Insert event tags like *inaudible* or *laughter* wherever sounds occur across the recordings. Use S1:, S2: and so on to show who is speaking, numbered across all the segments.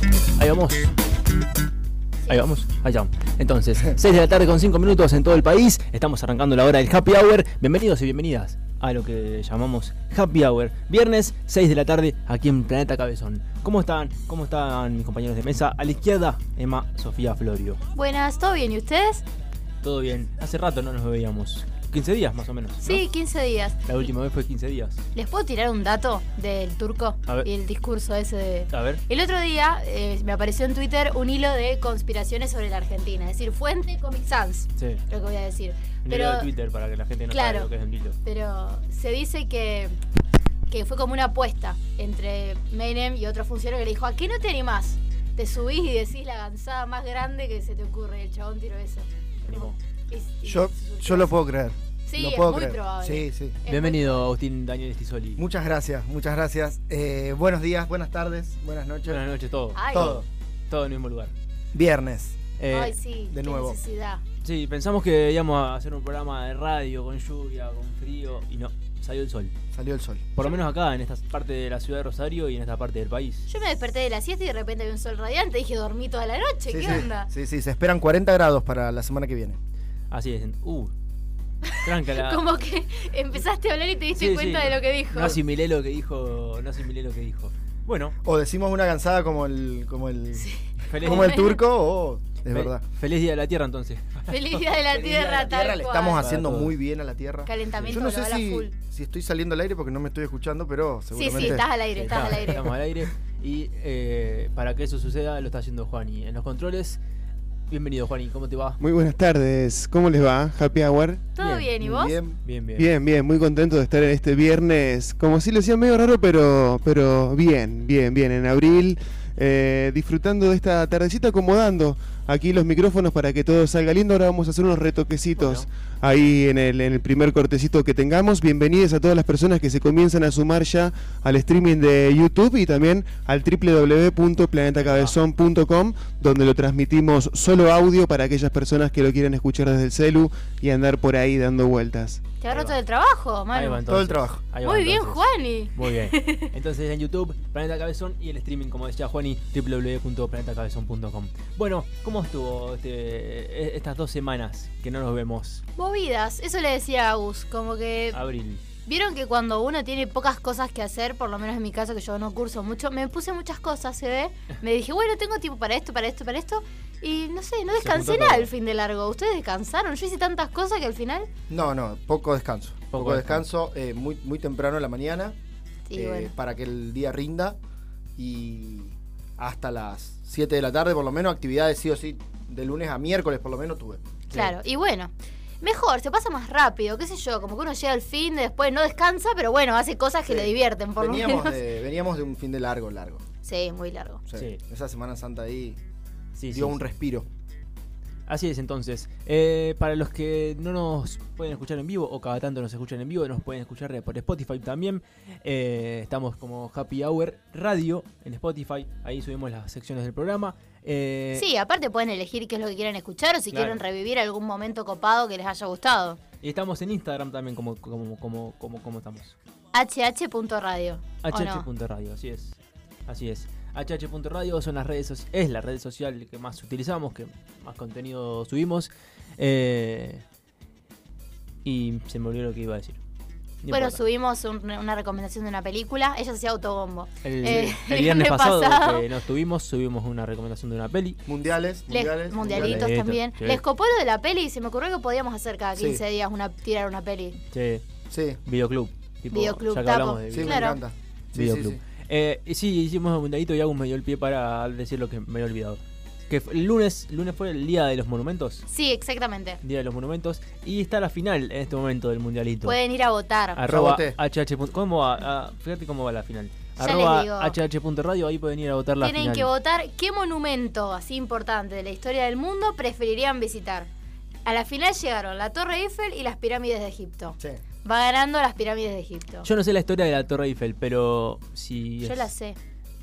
S1: vamos. Ahí vamos, ahí vamos. Entonces, 6 de la tarde con 5 minutos en todo el país. Estamos arrancando la hora del happy hour. Bienvenidos y bienvenidas a lo que llamamos happy hour. Viernes, 6 de la tarde, aquí en Planeta Cabezón. ¿Cómo están? ¿Cómo están mis compañeros de mesa? A la izquierda, Emma Sofía Florio.
S2: Buenas, ¿todo bien? ¿Y ustedes?
S1: Todo bien. Hace rato no nos veíamos. 15 días más o menos. ¿no?
S2: Sí, 15 días.
S1: La última vez fue 15 días.
S2: ¿Les puedo tirar un dato del turco
S1: A ver.
S2: y el discurso ese de...
S1: A ver.
S2: El otro día eh, me apareció en Twitter un hilo de conspiraciones sobre la Argentina, es decir, fuente Comic Sans,
S1: Sí.
S2: lo que voy a decir.
S1: Un hilo
S2: Pero,
S1: de Twitter para que la gente no
S2: Claro.
S1: sabe lo que es un hilo.
S2: pero se dice que, que fue como una apuesta entre Menem y otro funcionario que le dijo, ¿a qué no te animás? Te subís y decís la gansada más grande que se te ocurre, y el chabón tiró eso.
S1: Animó.
S2: Y- y
S3: Yo,
S2: surgió
S3: yo lo
S2: eso.
S3: puedo creer.
S2: Sí,
S3: lo
S2: es
S3: puedo
S2: muy
S3: creer.
S2: probable.
S3: Sí, sí.
S2: Es muy
S1: Bienvenido, Agustín Daniel Estisoli.
S3: Muchas gracias, muchas gracias. Eh, buenos días, buenas tardes, buenas noches.
S1: Buenas noches, todo.
S2: Ay.
S3: Todo.
S1: Todo en el mismo lugar.
S3: Viernes.
S1: Eh,
S2: Ay, sí,
S3: de
S2: qué
S3: nuevo.
S2: necesidad.
S1: Sí, pensamos que íbamos a hacer un programa de radio con lluvia, con frío, y no, salió el sol.
S3: Salió el sol.
S1: Por lo menos acá, en esta parte de la ciudad de Rosario y en esta parte del país.
S2: Yo me desperté de la siesta y de repente vi un sol radiante. Dije, dormí toda la noche, ¿qué
S3: sí,
S2: onda?
S3: sí, sí, se esperan 40 grados para la semana que viene.
S1: Así es, uh, tranca la...
S2: *laughs* Como que empezaste a hablar y te diste
S1: Sí,
S2: cuenta
S1: sí.
S2: de lo que dijo.
S1: No asimilé lo que dijo, no asimilé lo que dijo. Bueno,
S3: O decimos una cansada como el como el
S1: feliz,
S3: como el turco o es
S1: fe-
S3: verdad.
S1: feliz día de la tierra entonces.
S2: Feliz día de la
S3: Feliz día de
S2: tierra,
S3: la
S2: tal
S3: tierra, le
S2: cual.
S3: estamos haciendo
S1: Para todos.
S3: muy bien a la tierra.
S2: Calentamiento
S3: Yo no sé
S2: global a full.
S3: si, si estoy saliendo al aire porque no me estoy escuchando, pero
S2: Sí,
S3: seguramente
S2: sí, estás al aire, estás
S1: Está-
S2: al aire.
S1: Eh, Estamos al aire. Y eh, para que eso suceda lo está haciendo Juani. En los controles, bienvenido Juani, ¿cómo te va?
S4: Muy buenas tardes, ¿cómo les va? Happy Hour.
S2: ¿Todo bien, y
S3: Muy
S2: vos?
S3: bien.
S1: Bien, bien.
S4: Bien, bien, muy contento de estar en este viernes. Como si lo decía medio raro, pero, pero bien, bien, bien. En abril, eh, disfrutando de esta tardecita, acomodando aquí los micrófonos para que todo salga lindo. Ahora vamos a hacer unos retoquecitos
S1: Bueno.
S4: ahí en el, en el primer cortecito que tengamos. Bienvenidos a todas las personas que se comienzan a sumar ya al streaming de YouTube y también al www.planetacabezón.com, donde lo transmitimos solo audio para aquellas personas que lo quieran escuchar desde el celu y andar por ahí dando vueltas.
S2: Te
S1: Ahí
S2: agarró
S1: va.
S2: todo el trabajo,
S1: Ahí va,
S2: mano.
S3: Todo el
S1: entonces.
S3: trabajo.
S1: Ahí va,
S2: Muy bien,
S1: entonces.
S2: Juani.
S1: Muy
S2: *laughs*
S1: bien. Entonces en YouTube, Planeta Cabezón y el streaming, como decía Juani, www.planetacabezón.com. Bueno, ¿cómo estuvo este- e- estas dos semanas que no nos vemos?
S2: Movidas, eso le decía a Agus, como que
S1: Abril.
S2: Vieron que cuando uno tiene pocas cosas que hacer, por lo menos en mi caso que yo no curso mucho, me puse muchas cosas,
S1: *laughs*
S2: se ve. Me dije, bueno, tengo tiempo para esto, para esto, para esto. Y no sé, no descansé
S1: juntó
S2: nada
S1: todo.
S2: el fin de largo. ¿Ustedes descansaron? Yo hice tantas cosas que al final...
S3: No, no, poco descanso.
S1: Poco
S3: Poco, descanso, eh, muy, muy temprano en la mañana
S2: Y
S3: eh,
S2: bueno,
S3: para que el día rinda y hasta las 7 de la tarde por lo menos actividades sí o sí de lunes a miércoles por lo menos tuve.
S2: claro. Y bueno, mejor, se pasa más rápido, qué sé yo, como que uno llega al fin, de después no descansa, pero bueno, hace cosas que
S3: Sí.
S2: le divierten, por
S3: Veníamos
S2: lo menos.
S3: de, veníamos de un fin de largo, largo.
S2: Sí, muy largo.
S3: O sea,
S1: Sí.
S3: Esa Semana Santa ahí
S1: Sí,
S3: dio
S1: sí,
S3: un
S1: sí.
S3: respiro.
S1: Así es, entonces. Eh, para los que no nos pueden escuchar en vivo o cada tanto nos escuchan en vivo, nos pueden escuchar eh, por Spotify también. Eh, estamos como Happy Hour Radio en Spotify. Ahí subimos las secciones del programa. Eh,
S2: Sí, aparte pueden elegir qué es lo que quieren escuchar o si
S1: Claro.
S2: quieren revivir algún momento copado que les haya gustado.
S1: Y estamos en Instagram también, como, como, como, como, como estamos.
S2: hh.radio. ¿o no?
S1: HH.radio, así es. Así es. HH.radio son las redes soci- es la red social que más utilizamos, que más contenido subimos. Eh, y se me olvidó lo que iba a decir. No
S2: bueno,
S1: importa.
S2: subimos un- una recomendación de una película. Ella hacía autobombo.
S1: el,
S2: eh,
S1: el
S2: el
S1: viernes
S2: viernes
S1: pasado,
S2: pasado.
S1: que nos tuvimos, subimos una recomendación de una peli.
S3: Mundiales,
S2: Les-
S3: mundiales.
S2: mundialitos
S1: mundiales.
S2: también.
S1: Sí.
S2: Les copó lo de la peli y se me ocurrió que podíamos hacer cada
S3: Sí.
S2: 15 días una tirar una peli.
S1: Sí,
S3: Sí,
S1: videoclub. Tipo,
S2: Videoclub,
S1: ya que
S2: tapo.
S1: hablamos de
S3: sí,
S1: videoclub.
S3: me
S2: Claro.
S3: encanta. Sí, sí,
S1: Videoclub.
S3: sí.
S1: Eh, y sí, hicimos un mundadito y Agus me dio el pie para decir lo que me había olvidado. Que fue- el lunes, lunes fue el día de los monumentos.
S2: Sí, exactamente.
S1: Día de los Monumentos. Y está la final en este momento del Mundialito.
S2: Pueden ir a votar.
S1: Arroba
S3: Ya voté.
S1: HH. ¿Cómo va? Ah, fíjate cómo va la final.
S2: Ya
S1: Arroba
S2: les
S1: HH.radio, ahí pueden ir a votar la
S2: Tienen
S1: final.
S2: que votar qué monumento así importante de la historia del mundo preferirían visitar. A la final llegaron la Torre Eiffel y las pirámides de Egipto.
S3: Sí.
S2: Va ganando las pirámides de Egipto. Yo,
S1: Yo no sé la historia de la Torre Eiffel, pero si. es-
S2: la sé.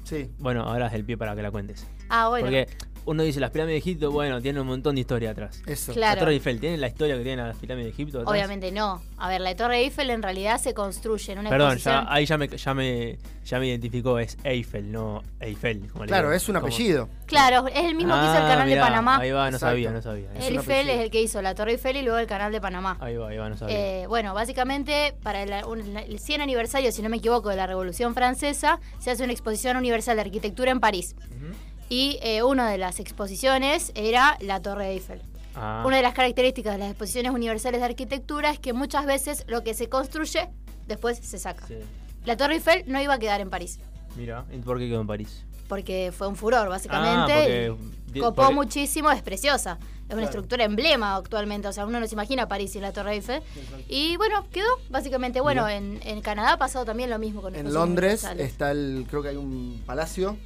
S3: Sí.
S1: Bueno, ahora es el pie para que la cuentes.
S2: Ah, bueno.
S1: Porque uno dice las pirámides de Egipto, bueno, tiene un montón de historia atrás.
S3: Eso.
S2: Claro.
S1: La Torre Eiffel, ¿tiene la historia que tiene las pirámides de Egipto? atrás?
S2: Obviamente no. A ver, la Torre Eiffel en realidad se construye en una
S1: Perdón,
S2: exposición.
S1: ya, ahí ya me, ya, me, ya me identificó, es Eiffel, no Eiffel. como le
S3: Claro,
S1: digo.
S3: es un
S1: Como-
S3: apellido.
S2: Claro, es el mismo que hizo el
S1: Ah,
S2: canal
S1: mirá,
S2: de Panamá. Eh,
S1: Ahí va, no
S3: Exacto.
S1: sabía, no sabía.
S3: Es
S2: El Eiffel
S3: un
S2: es
S3: apellido.
S2: el que hizo la Torre Eiffel y luego el canal de Panamá.
S1: Ahí va, ahí va, no sabía.
S2: Eh, bueno, básicamente para el, un- el 100 aniversario, si no me equivoco, de la Revolución Francesa, se hace una exposición universal de arquitectura en París.
S1: Ujú.
S2: Y eh, una de las exposiciones era la Torre Eiffel.
S1: Ah,
S2: Una de las características de las exposiciones universales de arquitectura es que muchas veces lo que se construye después se saca.
S1: sí.
S2: La Torre Eiffel no iba a quedar en París,
S1: Mira, ¿y por qué quedó en París?
S2: porque fue un furor, básicamente.
S1: Ah,
S2: y
S1: porque-
S2: copó
S1: porque-
S2: muchísimo, es preciosa. Es una estructura emblema actualmente, o sea, uno no se imagina París sin la Torre Eiffel. Y bueno, quedó, básicamente. Bueno,
S1: Mira.
S2: en, en Canadá ha pasado también lo mismo con
S3: En
S2: exposiciones
S3: Londres
S2: universales.
S3: está el, creo que hay un palacio.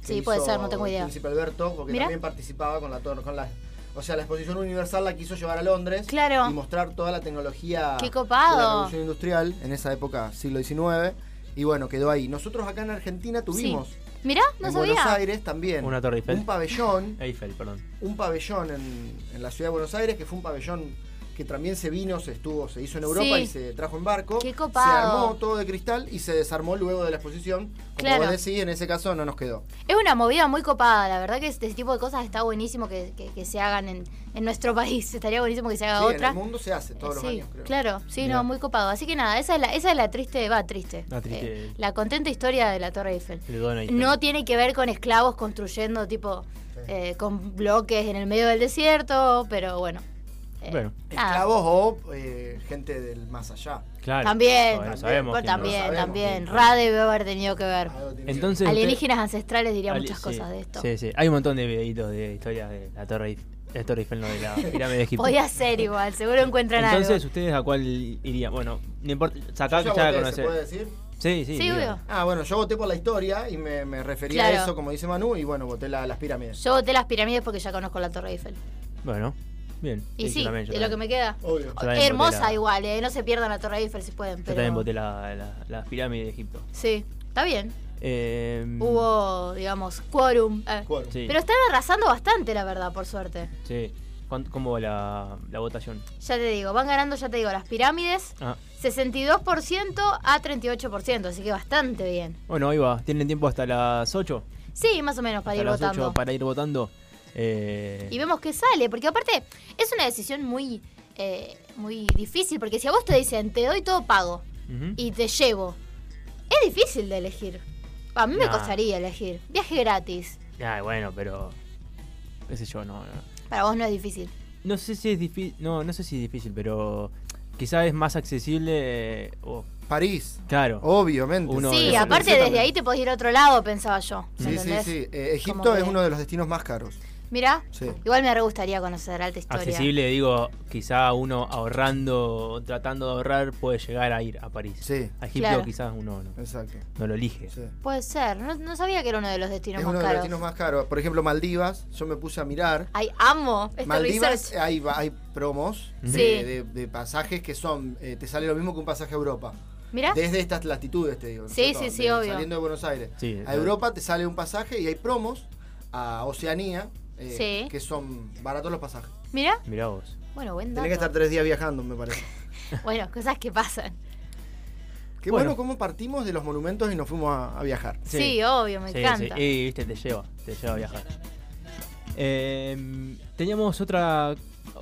S3: que
S2: Sí, puede
S3: hizo
S2: ser, no tengo
S3: el
S2: idea.
S3: Príncipe Alberto, porque
S2: Mirá.
S3: también participaba con la torre, con la, o sea, la exposición universal la quiso llevar a Londres
S2: Claro.
S3: y mostrar toda la tecnología
S2: Qué copado.
S3: de la revolución industrial en esa época, siglo XIX. Y bueno, quedó ahí. Nosotros acá en Argentina tuvimos
S2: Mirá, no
S3: en
S2: sabía.
S3: Buenos Aires también
S1: Una Torre Eiffel.
S3: un pabellón,
S1: Eiffel, perdón.
S3: un pabellón en, en la ciudad de Buenos Aires que fue un pabellón que también se vino, se estuvo, se hizo en Europa
S2: Sí.
S3: y se trajo en barco.
S2: Qué copado.
S3: Se armó todo de cristal y se desarmó luego de la exposición. Como
S2: Claro.
S3: vos decís, en ese caso no nos quedó.
S2: Es una movida muy copada, la verdad que este tipo de cosas está buenísimo que, que- que se hagan en, en nuestro *laughs* país. Estaría buenísimo que se haga
S3: Sí, en
S2: otra.
S3: el mundo se hace todos
S2: Eh,
S3: los
S2: sí,
S3: años, creo.
S2: claro, sí,
S1: Mirá.
S2: no, muy copado. Así que nada, esa es la, esa es la triste, va, triste. Eh,
S1: La triste.
S2: la contenta historia de la Torre Eiffel.
S1: Le quedó en Eiffel.
S2: No tiene que ver con esclavos construyendo tipo eh, con bloques en el medio del desierto, pero bueno. eh,
S1: Bueno.
S2: nada.
S3: Esclavos o eh, gente del más allá.
S1: Claro.
S2: También,
S1: Bueno,
S2: también,
S1: sabemos quién lo-
S2: también,
S3: sabemos
S2: también.
S1: quién-
S2: Ra debe haber tenido que ver.
S3: Algo tiene que-
S1: Entonces, usted-
S2: Alienígenas ancestrales diría
S1: Ali-
S2: muchas
S1: sí,
S2: cosas de esto.
S1: Sí, sí. Hay un montón de videitos de historias de la Torre Eiffel, la Torre Eiffel no, de
S2: *laughs*
S1: la pirámide de Egipto.
S2: Podía ser igual, seguro encuentran
S1: Entonces,
S2: algo.
S1: ¿ustedes a cuál irían? Bueno, no importa. Sacá que
S3: Yo
S1: ya la
S3: voté, ¿se puede
S1: conocer.
S3: decir?
S1: Sí, sí.
S2: Sí,
S1: digo.
S2: obvio.
S3: Ah, bueno, yo voté por la historia y me, me refería
S2: Claro.
S3: a eso, como dice Manu, y bueno, voté la- las pirámides.
S2: Yo voté las pirámides porque ya conozco la Torre Eiffel.
S1: Bueno, bien.
S2: Y sí,
S1: yo también, yo
S2: de lo que
S1: también.
S2: me queda.
S3: Obvio.
S1: también
S2: Hermosa
S1: voté la-
S2: igual, eh, no se pierdan la Torre Eiffel si pueden.
S1: Yo
S2: Pero...
S1: también voté la, la, la pirámide de Egipto.
S2: Sí, está bien.
S1: Eh,
S2: Hubo, digamos, quórum. eh.
S3: Cuatro.
S1: Sí,
S2: Pero están arrasando bastante, la verdad, por suerte.
S1: sí. ¿Cuánto- ¿Cómo va la, la votación?
S2: Ya te digo, van ganando, ya te digo, las pirámides,
S1: Ah,
S2: 62% a 38%, así que bastante bien.
S1: bueno, ahí va. ¿Tienen tiempo hasta las 8?
S2: Sí, más o menos para
S1: Hasta
S2: ir
S1: las
S2: votando.
S1: 8 para ir votando. Eh,
S2: y vemos que sale, porque aparte es una decisión muy, eh, muy difícil, porque si a vos te dicen, te doy todo pago
S1: ujú.
S2: y te llevo, es difícil de elegir. A mí me
S1: Nah.
S2: costaría elegir. Viaje gratis,
S1: Ay, Ah, bueno, pero. qué sé yo, no. no.
S2: para vos no es difícil.
S1: No sé si es difícil. No, no sé si es difícil, pero. Quizás es más accesible. eh, o-
S3: París,
S1: claro.
S3: obviamente.
S1: Uno No,
S2: sí,
S1: eso
S2: aparte
S3: pensé
S2: desde
S3: también.
S2: ahí te podés ir a otro lado, pensaba yo.
S3: Sí, sí,
S2: ¿entendés?
S3: sí. Eh, Egipto
S2: Como que-
S3: es uno de los destinos más caros.
S2: Mirá,
S3: Sí.
S2: igual me re gustaría conocer alta historia.
S1: accesible, digo, quizá uno ahorrando, tratando de ahorrar, puede llegar a ir a París.
S3: Sí,
S1: A Egipto
S2: Claro.
S1: quizás uno no,
S3: exacto.
S1: no lo elige.
S3: sí.
S2: Puede ser, no, no sabía que era uno de los destinos
S3: Es
S2: más
S3: uno de los
S2: caros.
S3: destinos más caros. Por ejemplo, Maldivas, yo me puse a mirar.
S2: Ay, amo este
S3: Maldivas, eh,
S2: research.
S3: hay, hay promos de,
S2: Sí.
S3: de- de pasajes que son, eh, te sale lo mismo que un pasaje a Europa.
S2: Mirá,
S3: Desde estas latitudes, te digo. ¿no es
S2: Sí,
S3: cierto?
S2: sí, sí,
S3: De-
S2: obvio.
S3: Saliendo de Buenos Aires.
S1: Sí,
S3: a
S1: claro.
S3: Europa te sale un pasaje y hay promos a Oceanía eh,
S2: Sí.
S3: que son baratos los pasajes.
S2: mirá.
S1: Mirá vos.
S2: Bueno, buen dato.
S3: Tenés que estar tres días viajando, me parece.
S2: Bueno, cosas que pasan.
S3: Qué
S1: Bueno.
S3: bueno, cómo partimos de los monumentos y nos fuimos a, a viajar.
S2: Sí, obvio, me
S1: Sí, Eh,
S2: encanta.
S1: sí. Y viste, te lleva, te lleva a viajar. Eh, teníamos otra,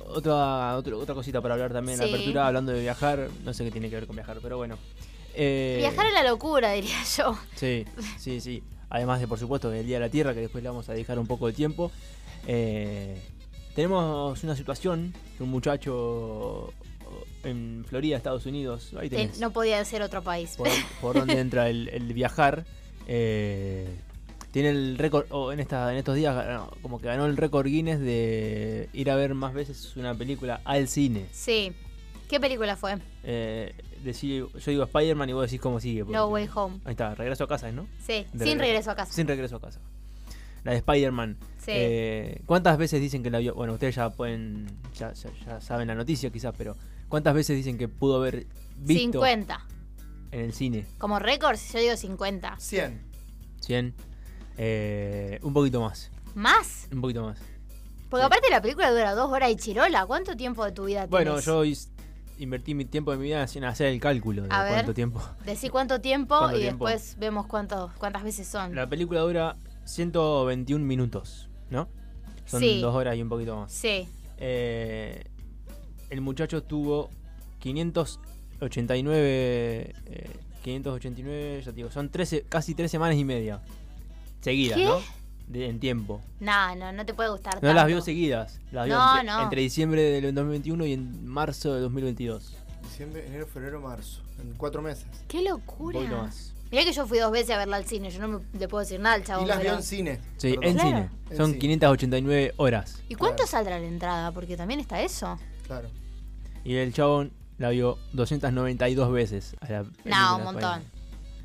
S1: otra otro- otra cosita para hablar también. en La
S2: Sí.
S1: apertura, hablando de viajar. No sé qué tiene que ver con viajar, pero bueno. Eh,
S2: Viajar a la locura, diría *laughs* yo.
S1: Sí, sí, sí. Además de, por supuesto, del Día de la Tierra, que después le vamos a dejar un poco de tiempo. Eh, tenemos una situación que un muchacho en Florida, Estados Unidos, ahí
S2: Te-
S1: tenés,
S2: Eh, no podía ser otro país.
S1: por, por
S2: *laughs*
S1: donde entra el, el viajar, eh, tiene el récord, o en, esta, en estos días ganó- como que ganó el récord Guinness de ir a ver más veces una película al cine.
S2: Sí. ¿Qué película fue?
S1: Eh, decir, yo digo Spider-Man y vos decís cómo sigue. porque-
S2: No Way Home.
S1: Ahí está, regreso a casa, ¿no?
S2: Sí,
S1: De
S2: sin
S1: regreso.
S2: regreso a casa.
S1: Sin regreso a casa. La de Spider-Man.
S2: Sí.
S1: Eh, ¿Cuántas veces dicen que la vio? Bueno, ustedes ya pueden. Ya, ya- ya saben la noticia, quizás, pero. ¿Cuántas veces dicen que pudo haber visto
S2: 50.
S1: en el cine?
S2: Como récord, yo digo 50.
S3: 100.
S1: 100. Eh, un poquito más.
S2: ¿Más?
S1: Un poquito más.
S2: Porque aparte la película dura dos horas y chirola. ¿Cuánto tiempo de tu vida
S1: Bueno,
S2: tenés?
S1: yo is- invertí mi tiempo de mi vida sin hacer el cálculo de
S2: A ver.
S1: cuánto tiempo.
S2: Decí cuánto tiempo
S1: ¿Cuánto
S2: y
S1: tiempo?
S2: después vemos cuánto, cuántas veces son.
S1: La película dura 121 minutos, ¿no? Son
S2: Sí.
S1: dos horas y un poquito más.
S2: Sí.
S1: Eh, el muchacho tuvo 589. eh, 589, ya te digo, son 13, casi tres semanas y media. Seguidas,
S2: ¿Qué?
S1: ¿no? De- en tiempo.
S2: No, no, no te puede gustar
S1: No las
S2: tanto.
S1: vio seguidas. Las vio
S2: No,
S1: entre,
S2: no.
S1: entre diciembre del 2021 y en marzo de 2022.
S3: Diciembre, enero, febrero, marzo. En cuatro meses.
S2: ¡Qué
S1: Un
S2: locura!
S1: poquito más.
S2: Mirá que yo fui dos veces a verla al cine. Yo no me- le puedo decir nada al chabón.
S3: y las vio
S2: pero-
S3: en cine.
S1: Sí,
S3: Perdón.
S1: en
S2: Claro.
S1: cine.
S3: En
S1: Son
S3: cine.
S1: 589 horas.
S2: ¿Y cuánto
S3: Claro.
S2: saldrá la entrada? Porque también está eso.
S3: Claro.
S1: Y el chabón la vio 292 veces. A la película
S2: No, un montón.
S1: española.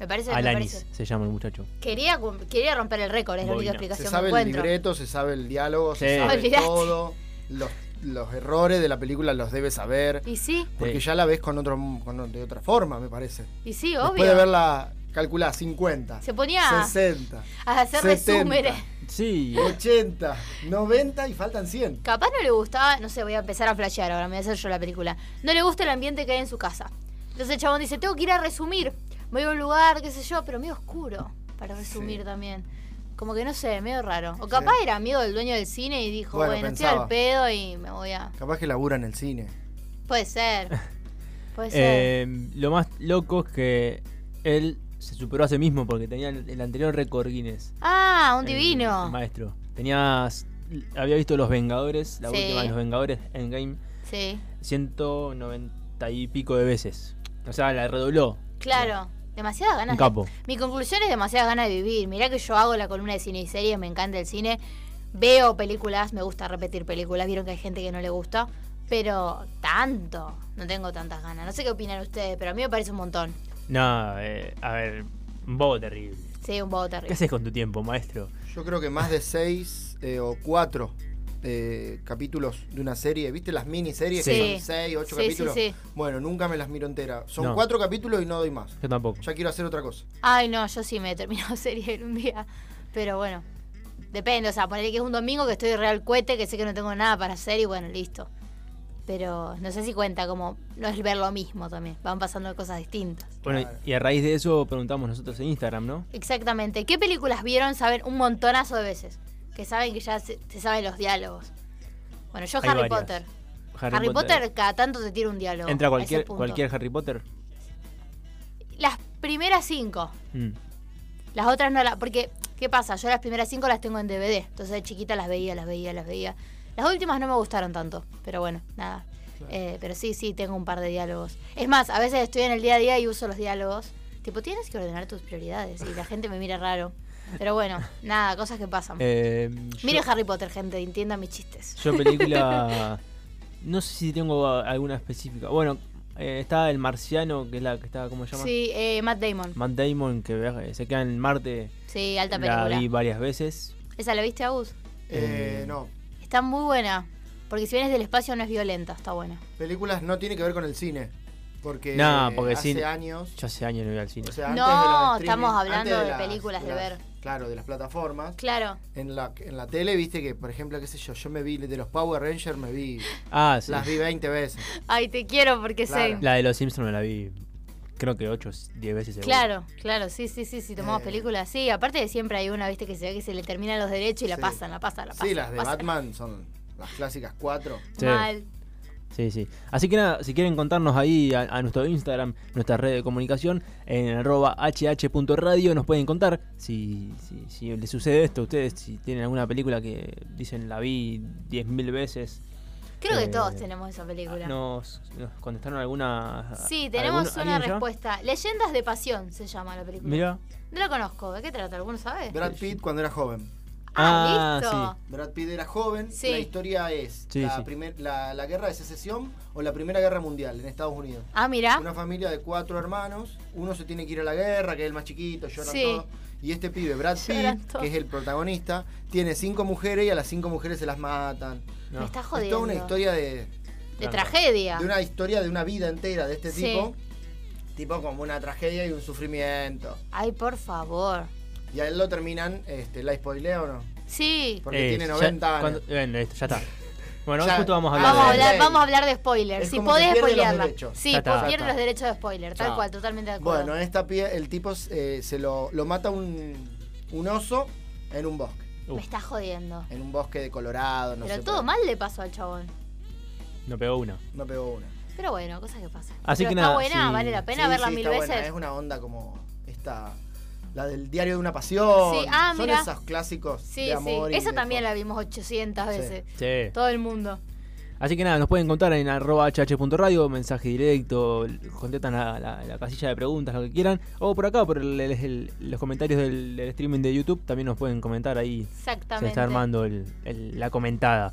S2: Me parece, me
S1: Alanis
S2: parece.
S1: se llama el muchacho.
S2: Quería, cum- quería romper el récord, es la única
S1: Boina.
S3: Se
S2: explicación que
S3: sabe el
S2: encuentro.
S3: libreto, se sabe el diálogo, se
S1: Sí.
S3: sabe
S2: Olvidate.
S3: todo. Los, los errores de la película los debe saber.
S2: Y sí,
S3: Porque
S1: Sí.
S3: ya la ves con otro, con- de otra forma, me parece.
S2: y sí,
S3: Después de
S2: obvio.
S3: verla, calcula 50,
S2: Se ponía a-
S3: 60,
S2: a hacer
S3: 70,
S2: resúmenes.
S1: Sí.
S3: 80, 90 y faltan 100.
S2: Capaz no le gustaba, no sé, voy a empezar a flashear ahora, me voy a hacer yo la película. No le gusta el ambiente que hay en su casa. Entonces el chabón dice, tengo que ir a resumir. Me voy a un lugar, qué sé yo, pero medio oscuro para resumir
S3: Sí.
S2: también. Como que no sé, medio raro. O capaz era amigo del dueño del cine y dijo,
S3: Bueno,
S2: bueno, estoy
S3: pensaba.
S2: al pedo y me voy a...
S3: Capaz que labura en el cine.
S2: Puede ser.
S3: *laughs*
S2: Puede ser.
S1: Eh, lo más loco es que él se superó a sí mismo porque tenía el, el anterior récord Guinness.
S2: Ah, un
S1: El-
S2: divino.
S1: el maestro. Tenías. Había visto Los Vengadores, la
S2: Sí.
S1: última de Los Vengadores, Endgame,
S2: Sí.
S1: 190 y pico de veces. O sea, la redobló.
S2: Claro. Demasiadas ganas.
S1: Un
S2: de-
S1: capo.
S2: Mi conclusión es demasiadas ganas de vivir. Mirá que yo hago la columna de cine y series, me encanta el cine. Veo películas, me gusta repetir películas. Vieron que hay gente que no le gusta. Pero tanto. No tengo tantas ganas. No sé qué opinan ustedes, pero a mí me parece un montón.
S1: No, eh, a ver, un bobo terrible.
S2: Sí, un poco
S1: ¿Qué
S2: terrible.
S1: haces con tu tiempo, maestro?
S3: Yo creo que más de 6 o 4 capítulos de una serie. ¿Viste las miniseries
S2: Sí.
S3: que son 6, 8
S2: Sí, sí,
S3: capítulos?
S2: sí.
S3: Bueno, nunca me las miro entera. Son
S1: No.
S3: 4 capítulos y no doy más.
S1: Yo tampoco.
S3: Ya quiero hacer otra cosa.
S2: Ay, no, yo sí me he terminado *laughs* serie en un día. Pero bueno, depende. O sea, ponerle que es un domingo que estoy real cohete, que sé que no tengo nada para hacer y bueno, listo. Pero no sé si cuenta como. No es ver lo mismo también. Van pasando cosas distintas.
S1: Bueno,
S3: Claro.
S1: y a raíz de eso preguntamos nosotros en Instagram, ¿no?
S2: Exactamente. ¿Qué películas vieron saben un montonazo de veces? Que saben que ya se, se saben los diálogos. Bueno, yo
S1: Hay
S2: Harry
S1: varias.
S2: Potter. Harry, Potter. cada tanto te tira un diálogo.
S1: Entra
S2: a
S1: cualquier,
S2: ese punto.
S1: cualquier Harry Potter.
S2: Las primeras cinco.
S1: Mm.
S2: Las otras no las... Porque, ¿qué pasa? Yo las primeras cinco las tengo en DVD. Entonces de chiquita las veía, las veía, las veía. Las últimas no me gustaron tanto. Pero bueno, nada. Eh, pero sí, sí, tengo un par de diálogos. Es más, a veces estoy en el día a día y uso los diálogos. Tipo, tienes que ordenar tus prioridades. Y la gente me mira raro. Pero bueno, nada, cosas que pasan.
S1: *laughs* Eh,
S2: Miren Harry Potter, gente, entiendan mis chistes.
S1: Yo película... *laughs* no sé si tengo a- alguna específica. Bueno, eh, está El Marciano, que es la que está, ¿cómo se llama?
S2: Sí, eh, Matt Damon.
S1: Matt Damon, que viaja- se queda en Marte.
S2: Sí, alta
S1: La vi
S2: película.
S1: varias veces.
S2: ¿Esa la viste, Agus?
S3: Eh,
S1: Eh,
S3: no.
S2: Está muy buena. Porque si vienes del espacio no es violenta, está buena.
S3: Películas no tiene que ver con el cine. Porque,
S1: No, porque
S3: hace
S1: cine-
S3: años.
S1: Yo hace años no voy al cine.
S3: o sea,
S2: No,
S3: antes de los
S2: estamos
S3: streaming,
S2: hablando
S3: antes
S2: de películas de
S3: las-
S2: ver.
S3: Claro, de las plataformas.
S2: Claro.
S3: En la, en la tele, viste que, por ejemplo, qué sé yo, yo me vi de los Power Rangers, me vi.
S1: Ah, sí.
S3: Las vi 20 veces.
S2: Ay, te quiero porque
S3: Claro.
S2: sé.
S1: La de los Simpsons me la vi creo que 8, 10 veces seguro.
S2: Claro, claro, sí, sí, sí, si tomamos
S3: Eh.
S2: películas, sí, aparte de siempre hay una, viste, que se ve que se le terminan los derechos y la
S3: Sí.
S2: pasan, la pasan, la pasan.
S3: Sí, las de
S2: la pasan.
S3: Batman son las clásicas cuatro.
S1: Sí.
S2: Mal.
S1: Sí, sí. Así que nada, si quieren contarnos ahí a, a nuestro Instagram, nuestra red de comunicación, en arroba hh.radio, nos pueden contar si, si, si les sucede esto a ustedes, si tienen alguna película que dicen la vi 10.000 veces.
S2: Creo
S1: Eh, Ah,
S2: que todos tenemos esa película.
S1: Nos, nos contestaron alguna.
S2: Sí, tenemos
S1: alguna-
S2: una
S1: ¿alguien ya?
S2: respuesta. Leyendas de pasión se llama la película.
S1: Mira.
S2: No la conozco, ¿de qué trata? ¿Alguno sabe?
S3: Brad Pitt cuando era joven.
S2: Ah,
S1: Ah,
S2: listo.
S3: Brad Pitt era joven.
S2: Sí.
S3: La historia es
S1: Sí,
S3: la,
S1: sí.
S3: primer- la, la guerra de secesión o la primera guerra mundial en Estados Unidos.
S2: Ah, mira.
S3: Una familia de cuatro hermanos. Uno se tiene que ir a la guerra, que es el más chiquito, lloran
S2: Sí.
S3: todo. Y este pibe, Brad
S2: Lloran
S3: Pitt,
S2: todo.
S3: que es el protagonista, tiene cinco mujeres y a las cinco mujeres se las matan.
S1: No.
S2: Me está
S3: Es
S2: jodiendo.
S3: toda una historia de,
S2: De
S1: Claro.
S2: tragedia.
S3: de una historia de una vida entera de este
S2: Sí.
S3: tipo. Tipo como una tragedia y un sufrimiento.
S2: Ay, por favor.
S3: Y a él lo terminan, este, ¿la spoileo o no?
S2: Sí.
S3: Porque
S1: Eh,
S3: tiene
S1: ya-
S3: 90 años.
S1: cuando- bueno, listo, ya está. Bueno,
S3: Ya-
S1: hoy justo vamos a hablar
S2: Vamos a,
S1: de-
S2: hablar,
S3: ley.
S2: vamos a hablar de spoilers.
S3: Es
S2: si
S3: como que
S2: podés
S3: pierde los
S2: spoilearla.
S3: derechos.
S2: Sí,
S1: Ya está.
S2: pues
S1: Ya
S2: pierde
S3: está.
S2: los derechos de spoiler, tal
S3: Chao.
S2: cual, totalmente de acuerdo.
S3: Bueno, en esta pie el tipo eh, se lo, lo mata un, un oso en un bosque.
S1: Uf,
S2: Me está jodiendo.
S3: En un bosque de Colorado, eh. no sé.
S2: Pero
S3: por
S2: todo
S3: ahí.
S2: mal le pasó al chabón.
S1: No pegó una.
S3: No pegó una.
S2: Pero bueno, cosas que pasan.
S1: Así
S2: Pero
S1: que
S2: está
S1: nada,
S2: buena,
S1: sí.
S2: vale la pena
S3: Sí,
S2: verla
S3: sí,
S2: mil
S3: está
S2: veces.
S3: buena, Es una onda como esta. La del diario de una pasión.
S2: Sí, ah,
S3: Son
S2: mira.
S3: esos clásicos
S2: Sí,
S3: de amor.
S2: sí.
S3: y
S2: Esa
S3: de
S2: también la
S3: todo.
S2: vimos 800
S3: Sí.
S2: veces.
S1: Sí.
S2: Todo el mundo.
S1: Así que nada, nos pueden contar en arroba hh.radio, mensaje directo, contestan la, la- la casilla de preguntas, lo que quieran. O por acá, por el- el- el- los comentarios del, del streaming de YouTube, también nos pueden comentar ahí. Se
S2: Exactamente.
S1: está armando el- el- la comentada.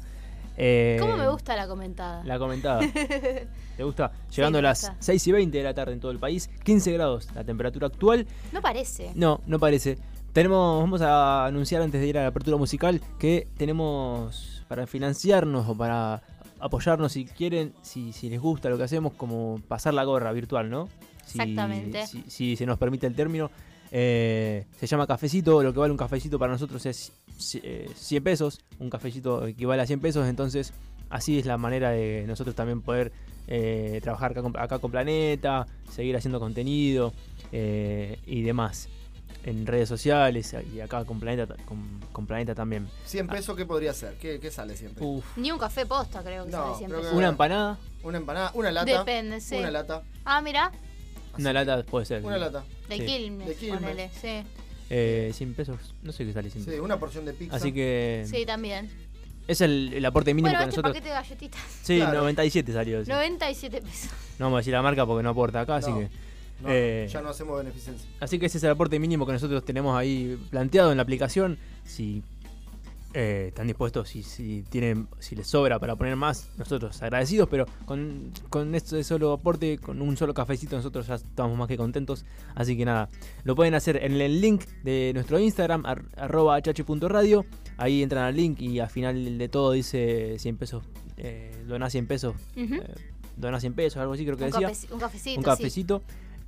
S1: Eh,
S2: ¿Cómo me gusta la comentada?
S1: La comentada. ¿Te gusta? Llegando a
S2: me
S1: las
S2: gusta.
S1: 6 y 20 de la tarde en todo el país, 15 grados la temperatura actual.
S2: *laughs* No parece.
S1: No, no parece. Tenemos, vamos a anunciar antes de ir a la apertura musical que tenemos para financiarnos o para apoyarnos si quieren, si, si les gusta lo que hacemos, como pasar la gorra virtual, ¿no? Si-
S2: Exactamente.
S1: Si, si se nos permite el término. Eh, se llama cafecito, lo que vale un cafecito para nosotros es ci- eh, 100 pesos, un cafecito equivale a 100 pesos, entonces así es la manera de nosotros también poder eh, trabajar acá con, acá con Planeta, seguir haciendo contenido eh, y demás en redes sociales y acá con Planeta, con, con Planeta también.
S3: 100 pesos, ¿qué podría ser? ¿Qué, qué sale siempre?
S1: Uf,
S2: Ni un café posta, creo que
S3: No,
S2: sale siempre.
S3: creo que-
S1: una empanada,
S3: Una empanada, una lata.
S2: Depende, sí.
S3: Una lata.
S2: Ah, mira,
S1: una lata puede ser.
S3: Una lata.
S2: de
S1: Sí.
S2: Quilmes.
S3: De Quilmes.
S2: ponele, Sí.
S1: Eh, 100 pesos, no sé qué sale 100
S3: Sí,
S1: pesos.
S3: una porción de pizza.
S1: Así que
S2: sí, también.
S1: es el, el aporte mínimo
S2: Bueno,
S1: que
S2: este
S1: Em, nosotros...
S2: paquete de galletitas,
S1: Sí,
S3: Claro.
S1: 97 salió. sí.
S2: 97 pesos.
S1: No vamos a decir la marca porque no aporta acá, así
S3: No.
S1: que...
S3: No,
S1: eh,
S3: Ya no hacemos beneficencia.
S1: Así que ese es el aporte mínimo que nosotros tenemos ahí planteado en la aplicación. Si eh, están dispuestos, si, si tienen, si les sobra para poner más, nosotros agradecidos, pero con, con este solo aporte, con un solo cafecito, nosotros ya estamos más que contentos. Así que nada, lo pueden hacer en el link de nuestro Instagram, ar- arroba hh.radio. Ahí entran al link y al final de todo dice 100 pesos, eh, doná 100 pesos,
S2: Ujú.
S1: eh, doná 100 pesos, algo así creo que
S2: un,
S1: decía
S2: cafeci- un cafecito.
S1: un
S2: sí.
S1: cafecito.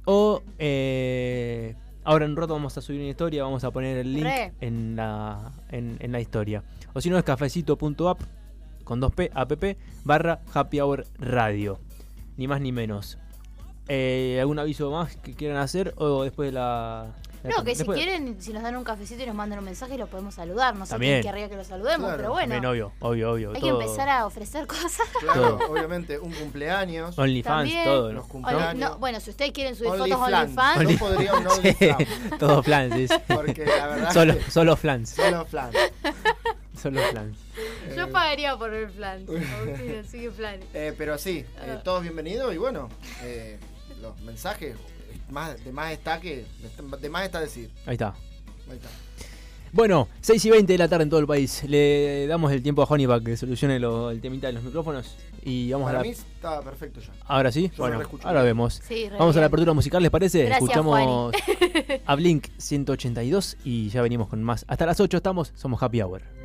S1: O eh, ahora en un rato vamos a subir una historia, vamos a poner el link
S2: Re.
S1: en la, en, en la historia. O si no es cafecito.app con 2p app barra happy hour radio. Ni más ni menos. Eh, ¿Algún aviso más que quieran hacer? O después de la. la-
S2: No, que si
S1: después-
S2: quieren, si nos dan un cafecito y nos mandan un mensaje, los podemos saludar. No sé
S1: También.
S2: quién querría que los saludemos,
S3: Claro,
S2: pero bueno.
S1: También, Ah, obvio, obvio, obvio.
S2: hay que empezar a ofrecer cosas.
S3: Claro,
S1: todo.
S3: obviamente, un cumpleaños.
S1: OnlyFans,
S2: También.
S1: todo.
S3: Los
S1: ¿no?
S2: Only-
S3: cumpleaños.
S2: no, bueno, si ustedes quieren subir
S3: Only
S2: fotos
S3: flan.
S2: OnlyFans,
S1: Only-
S3: Yo podría un
S1: Sí, *laughs*
S3: OnlyFans,
S1: todo flans, sí, sí.
S3: *laughs* Porque la verdad.
S1: Solo,
S3: es que-
S1: solo flans.
S3: Solo flan.
S1: Solo flans.
S3: Eh,
S2: yo pagaría por el
S3: *laughs*
S2: plan. Agustina, sigue plan.
S3: eh, pero sí, eh,
S2: Ah.
S3: todos bienvenidos y bueno, eh, los mensajes, eh, más, de más está que. De más está decir.
S1: Ahí está.
S3: Ahí está.
S1: Bueno, 6 y 20 de la tarde en todo el país. Le damos el tiempo a Honey para que solucione lo- el temita de los micrófonos. Y vamos
S3: Para
S1: a
S3: mí
S1: la.
S3: está perfecto ya.
S1: Ahora sí,
S3: no
S1: bueno,
S3: lo escucho
S1: ahora
S3: bien.
S1: vemos.
S2: Sí, re
S1: Vamos a la
S2: bien.
S1: apertura musical, ¿les parece?
S2: Gracias,
S1: Escuchamos
S2: *laughs*
S1: a Blink 182 y ya venimos con más. Hasta las 8 estamos, somos Happy Hour.